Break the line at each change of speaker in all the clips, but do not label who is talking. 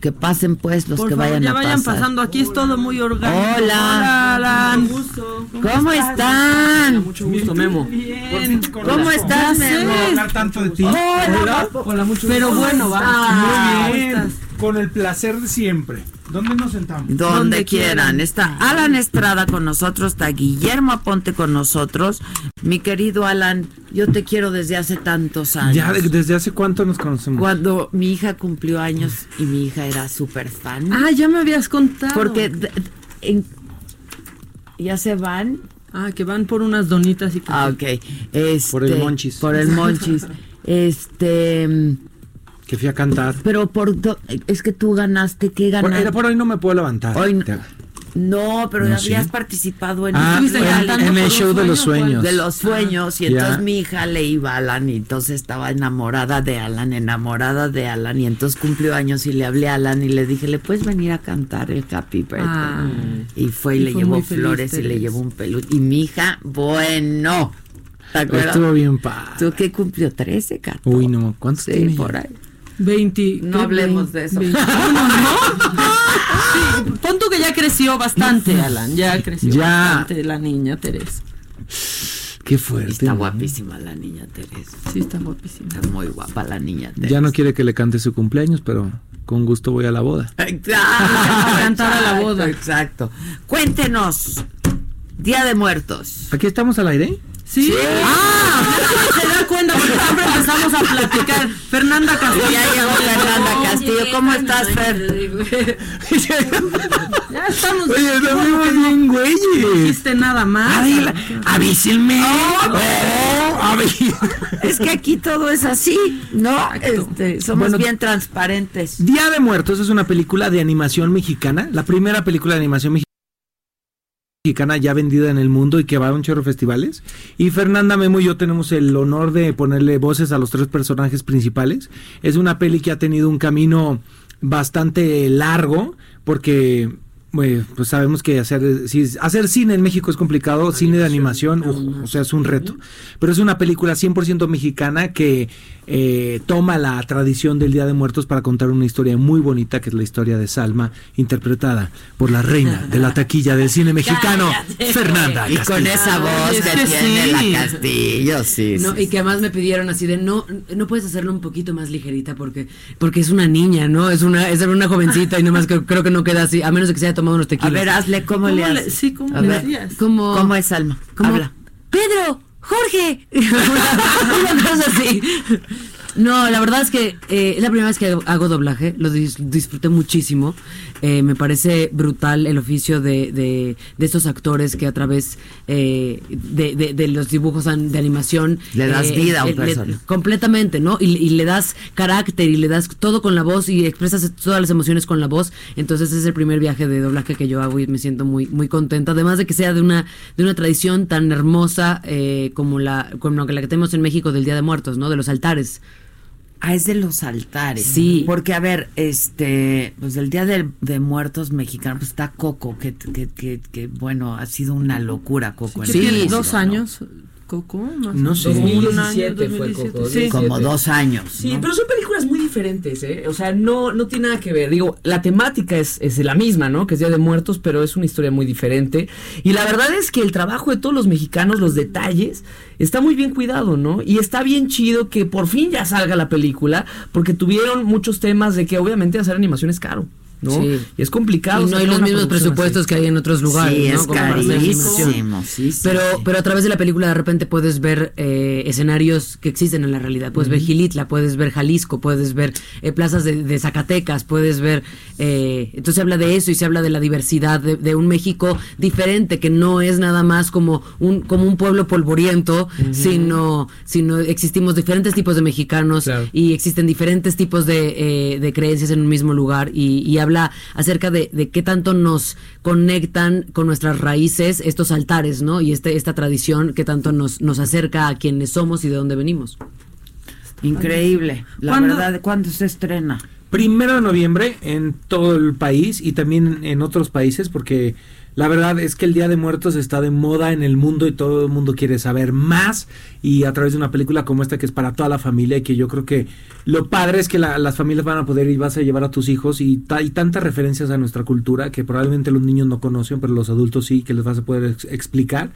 Que pasen pues los
Por
que
favor,
vayan
ya
a
vayan
pasar.
pasando. Aquí es todo muy orgánico.
Hola.
Hola, Alan.
¿Cómo están?
Mucho gusto, Memo.
¿Cómo estás, Memo?
hablar tanto de ti.
Hola.
Hola, mucho
Pero
gusto.
bueno,
Ah,
va.
Muy
¿Cómo
bien.
estás?
Con el placer de siempre. ¿Dónde nos sentamos?
Donde
Donde
quieran.
quieran.
Está Alan Estrada con nosotros, está Guillermo Aponte con nosotros. Mi querido Alan, yo te quiero desde hace tantos años.
Ya, de- ¿desde hace cuánto nos conocemos?
Cuando mi hija cumplió años y mi hija era súper fan.
Ah, ya me habías contado.
Porque de- de- en- ya se van.
Ah, que van por unas donitas y que.
Ah, ok. Este,
Por el Monchis.
Por el monchis. Este,
Que fui a cantar.
pero por do- es que tú ganaste, ¿qué
Por-
ganaste?
era por hoy no me puedo levantar.
Hoy no,
Te-
no, pero
No,
habías
sí.
participado en
Ah,
estuviste
en,
cantando
en el
por
show
un
de los
sueño,
sueños.
de los sueños y
Ah, Ya.
entonces mi hija le iba a Alan y entonces estaba enamorada de Alan, enamorada de Alan y entonces cumplió años y le hablé a Alan y le dije, ¿le puedes venir a cantar el Happy Birthday?
Ah.
y fue y,
Y
le
fue
llevó
muy feliz,
flores y le
Teresa.
llevó un peluche y mi hija, bueno, ¿te acuerdas?
Estuvo bien padre.
¿Tú qué cumplió? 13, 14.
Uy, no, ¿cuántos
Sí,
tiene ya?
por ahí.
20.
No
¿qué?
hablemos de eso.
21, ¿no? Sí, pon tú que ya creció bastante, Alan. Ya creció
Ya.
bastante la niña Teresa.
Qué fuerte.
Está
¿no?
guapísima la niña Teresa.
Sí, está guapísima.
Está muy guapa la niña Teresa.
Ya no quiere que le cante su cumpleaños, pero con gusto voy a la boda.
Exacto.
Para cantar a la boda.
Exacto. Cuéntenos. Día de Muertos.
¿Aquí estamos al aire?
Sí. Ah, ya se da cuenta porque siempre empezamos a platicar. Fernanda Castillo.
Ya llegó Fernanda Castillo. ¿Cómo estás, Fer?
Ya estamos.
Oye,
Qué
lo
bueno
vimos
que no
bien, güeyes.
dijiste nada más.
Adela, avísenme. Oh, avi-
Es que aquí todo es así, ¿no? Este, somos
Bueno,
bien transparentes.
Día de Muertos es una película de animación mexicana, la primera película de animación mexicana mexicana ya vendida en el mundo y que va a un chorro de festivales. Y Fernanda Memo y yo tenemos el honor de ponerle voces a los tres personajes principales. Es una peli que ha tenido un camino bastante largo porque eh, pues sabemos que hacer, si, hacer cine en México es complicado, cine de animación, uf, o sea, es un reto. Pero es una película 100% mexicana que eh, toma la tradición del Día de Muertos para contar una historia muy bonita, que es la historia de Salma, interpretada por la reina de la taquilla del cine mexicano, Fernanda
Y con
Castillo.
esa voz
es
que
que
tiene
sí.
la Castillo, sí.
No,
sí.
y que además me pidieron así de no, no puedes hacerlo un poquito más ligerita porque, porque es una niña, ¿no? Es una, es una jovencita y nomás que, creo que no queda así, a menos de que se haya tomado unos
A
tequilas.
ver, hazle cómo,
¿Cómo
le
le-
haces.
sí, cómo
A
le
ver,
hacías?
¿Cómo,
Como-
es Alma?
Como,
Habla.
Pedro, Jorge. una, una cosa así. No, la verdad es que eh, es la primera vez que hago- hago doblaje, lo dis- disfruté muchísimo. Eh, me parece brutal el oficio de, de, de estos actores que a través eh, de, de- de los dibujos an- de animación
Le das
eh,
vida a un
eh, le-
personaje.
completamente, ¿no? Y, y le das carácter y le das todo con la voz y expresas todas las emociones con la voz. Entonces es el primer viaje de doblaje que yo hago y me siento muy muy contenta. Además de que sea de una de una tradición tan hermosa eh, como la como la que tenemos en México del Día de Muertos, ¿no? De los altares.
Ah, es de los altares.
Sí.
Porque, a ver, este, pues el Día del- de, Muertos mexicano, pues está Coco, que, que, que, que, bueno, ha sido una locura Coco.
¿Qué
en
tiene?
México,
dos
¿no?
años, Coco. Más
No sé.
Un año,
2017 fue
2017.
Coco,
Sí.
Como dos años.
Sí,
¿no?
pero son películas muy diferentes, ¿eh? O sea, no, no tiene nada que ver. Digo, la temática es, es la misma, ¿no? Que es Día de Muertos, pero es una historia muy diferente. Y la verdad es que el trabajo de todos los mexicanos, los detalles, está muy bien cuidado, ¿no? Y está bien chido que por fin ya salga la película, porque tuvieron muchos temas de que obviamente hacer animación es caro. ¿no?
Sí.
Y es
Y
complicado.
no hay
sacar
los
una
mismos
producción
presupuestos
así.
que hay en otros lugares.
sí,
¿no?
es
Como para hacer animación.
carísimo. Sí, sí,
Pero, pues,
sí.
pero a través de la película de repente puedes ver eh, escenarios que existen en la realidad. Puedes ver Gilitla, puedes ver Jalisco, puedes ver eh, plazas de, de Zacatecas, puedes ver... eh, entonces se habla de eso y se habla de la diversidad de, de un México diferente, que no es nada más como un, como un pueblo polvoriento, sino, sino existimos diferentes tipos de mexicanos
Claro.
y existen diferentes tipos de, eh, de creencias en un mismo lugar y, y habla acerca de, de qué tanto nos conectan con nuestras raíces estos altares, ¿no? Y este, esta tradición que tanto nos, nos acerca a quienes somos y de dónde venimos.
Increíble. La
¿Cuándo?
verdad, ¿cuándo se estrena?
Primero de noviembre en todo el país y también en otros países porque la verdad es que el Día de Muertos está de moda en el mundo y todo el mundo quiere saber más y a través de una película como esta que es para toda la familia y que yo creo que lo padre es que la- las familias van a poder y vas a llevar a tus hijos y hay tantas referencias a nuestra cultura que probablemente los niños no conocen pero los adultos sí que les vas a poder ex- explicar.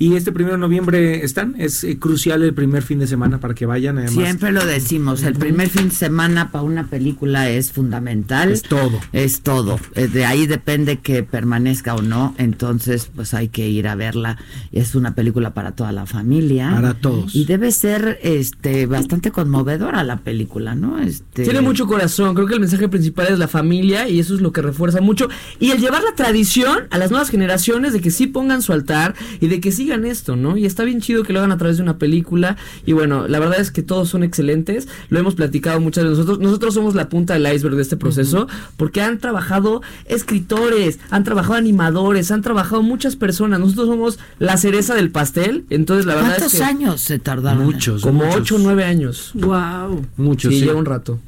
Y este primero de noviembre están, es eh, crucial el primer fin de semana para que vayan. Además,
Siempre lo decimos, el primer fin de semana para una película es fundamental.
Es todo.
Es todo. Eh, De ahí depende que permanezca o no. Entonces, pues hay que ir a verla. Es una película para toda la familia.
Para todos.
Y debe ser este bastante conmovedora la película, ¿no? Este
Tiene mucho corazón. Creo que el mensaje principal es la familia y eso es lo que refuerza mucho. Y el llevar la tradición a las nuevas generaciones de que sí pongan su altar y de que sigan esto, ¿no? Y está bien chido que lo hagan a través de una película. Y bueno, la verdad es que todos son excelentes. Lo hemos platicado muchas veces nosotros. Nosotros somos la punta del iceberg de este proceso porque han trabajado escritores, han trabajado animadores, han trabajado muchas personas. Nosotros somos la cereza del pastel. Entonces, la verdad
¿Cuántos
es que.
años se tardaron?
Muchos.
Como
muchos,
8 o 9 años.
Wow.
Muchos.
sí,
sí.
lleva un rato.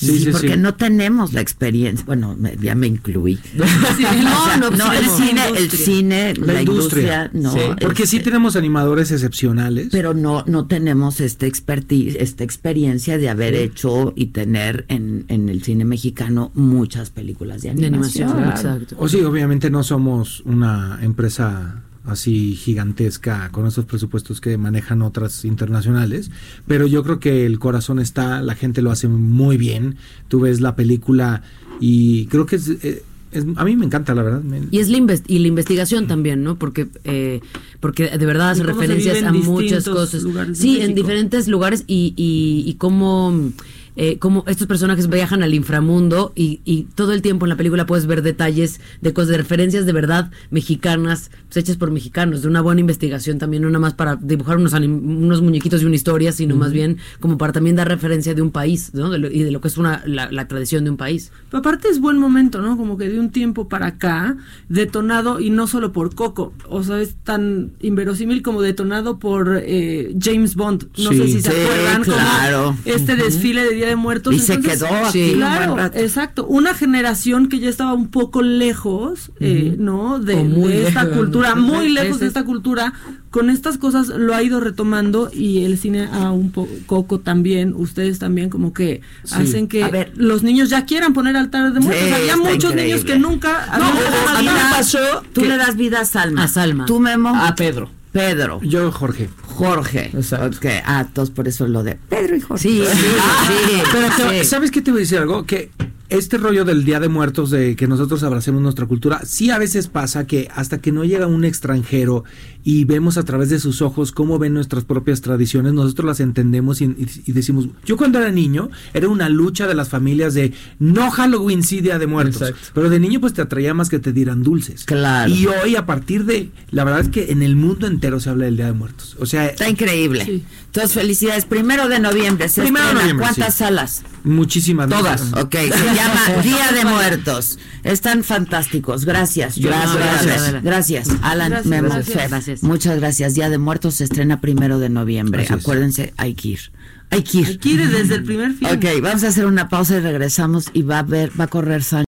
Sí, porque no tenemos la experiencia. Bueno, me- ya me incluí.
no,
O sea,
no, pues sí
el
tenemos.
cine, el cine, la, industria, no.
Sí, porque sí
este,
tenemos animadores excepcionales.
pero no no tenemos este expertise, esta experiencia de haber hecho y tener en, en el cine mexicano muchas películas de
De
animación.
animación, exacto.
o sí, obviamente no somos una empresa así gigantesca con esos presupuestos que manejan otras internacionales, pero yo creo que el corazón está, la gente lo hace muy bien. Tú ves la película y creo que es, eh, es- a mí me encanta, la verdad. me-
Y es la, inves- y la investigación también, ¿no? Porque eh, porque de verdad hace
Y cómo se
referencias
vive en
a muchas
distintos
cosas.
lugares de
Sí, en
México.
diferentes lugares y, y, y cómo, eh, cómo estos personajes viajan al inframundo y, y todo el tiempo en la película puedes ver detalles de cosas, de referencias de verdad mexicanas, pues, hechas por mexicanos, de una buena investigación también, no nada más para dibujar unos, anim- unos muñequitos y una historia, sino más bien como para también dar referencia de un país, ¿no? De lo- y de lo que es una, la, la tradición de un país.
Pero aparte es buen momento, ¿no? Como que de un tiempo para acá, detonado y no solo por Coco, o sea, es tan inverosímil como detonado por eh, James Bond. No
Sí.
sé si se
Sí,
acuerdan como
claro.
este desfile de Día de Muertos.
Y se quedó aquí un
Claro,
buen rato.
exacto. Una generación que ya estaba un poco lejos, eh, ¿no? De,
O muy
de esta
lejos.
cultura, muy lejos
Ese
de
es-
esta cultura. Con estas cosas lo ha ido retomando y el cine a un poco, Coco también, ustedes también, como que hacen que
A ver.
los niños ya quieran poner altar de muertos.
Sí,
Había
está
muchos
increíble.
niños que nunca habían puesto
pues, a mí
altar.
me pasó Tú le das vida a Salma.
A Salma.
Tú, Memo.
A Pedro.
Pedro.
Yo, Jorge.
Jorge.
Exacto.
Ok, Ah, entonces por eso lo de Pedro y Jorge.
Sí, sí,
sí.
Pero te-
sí.
¿sabes qué te voy a decir algo? Que este rollo del Día de Muertos, de que nosotros abracemos nuestra cultura, sí a veces pasa que hasta que no llega un extranjero y vemos a través de sus ojos cómo ven nuestras propias tradiciones, nosotros las entendemos y, y- y decimos, yo cuando era niño era una lucha de las familias de no Halloween sí Día de Muertos,
Exacto.
pero de niño pues te atraía más que te dieran dulces.
Claro.
Y hoy a partir de, la verdad es que en el mundo entero se habla del Día de Muertos. O sea,
Está increíble. Entonces, felicidades. Primero de noviembre. Se
Primero de
estrena.
noviembre,
¿Cuántas
sí.
salas?
muchísimas
Todas. Ok, se llama Día de Muertos. Están fantásticos. Gracias.
Gracias.
Gracias. Gracias. Alan,
Gracias,
Memo,
gracias.
Fer.
Gracias.
Muchas gracias. Día de Muertos se estrena primero de noviembre.
Así es.
Acuérdense, hay que ir. Hay que ir.
Quiere desde el primer film.
Ok, vamos a hacer una pausa y regresamos y va a ver, va a correr Sánchez.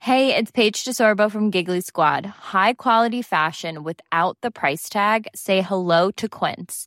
Hey, it's Paige DeSorbo from Giggly Squad. High quality fashion without the price tag. Say hello to Quince.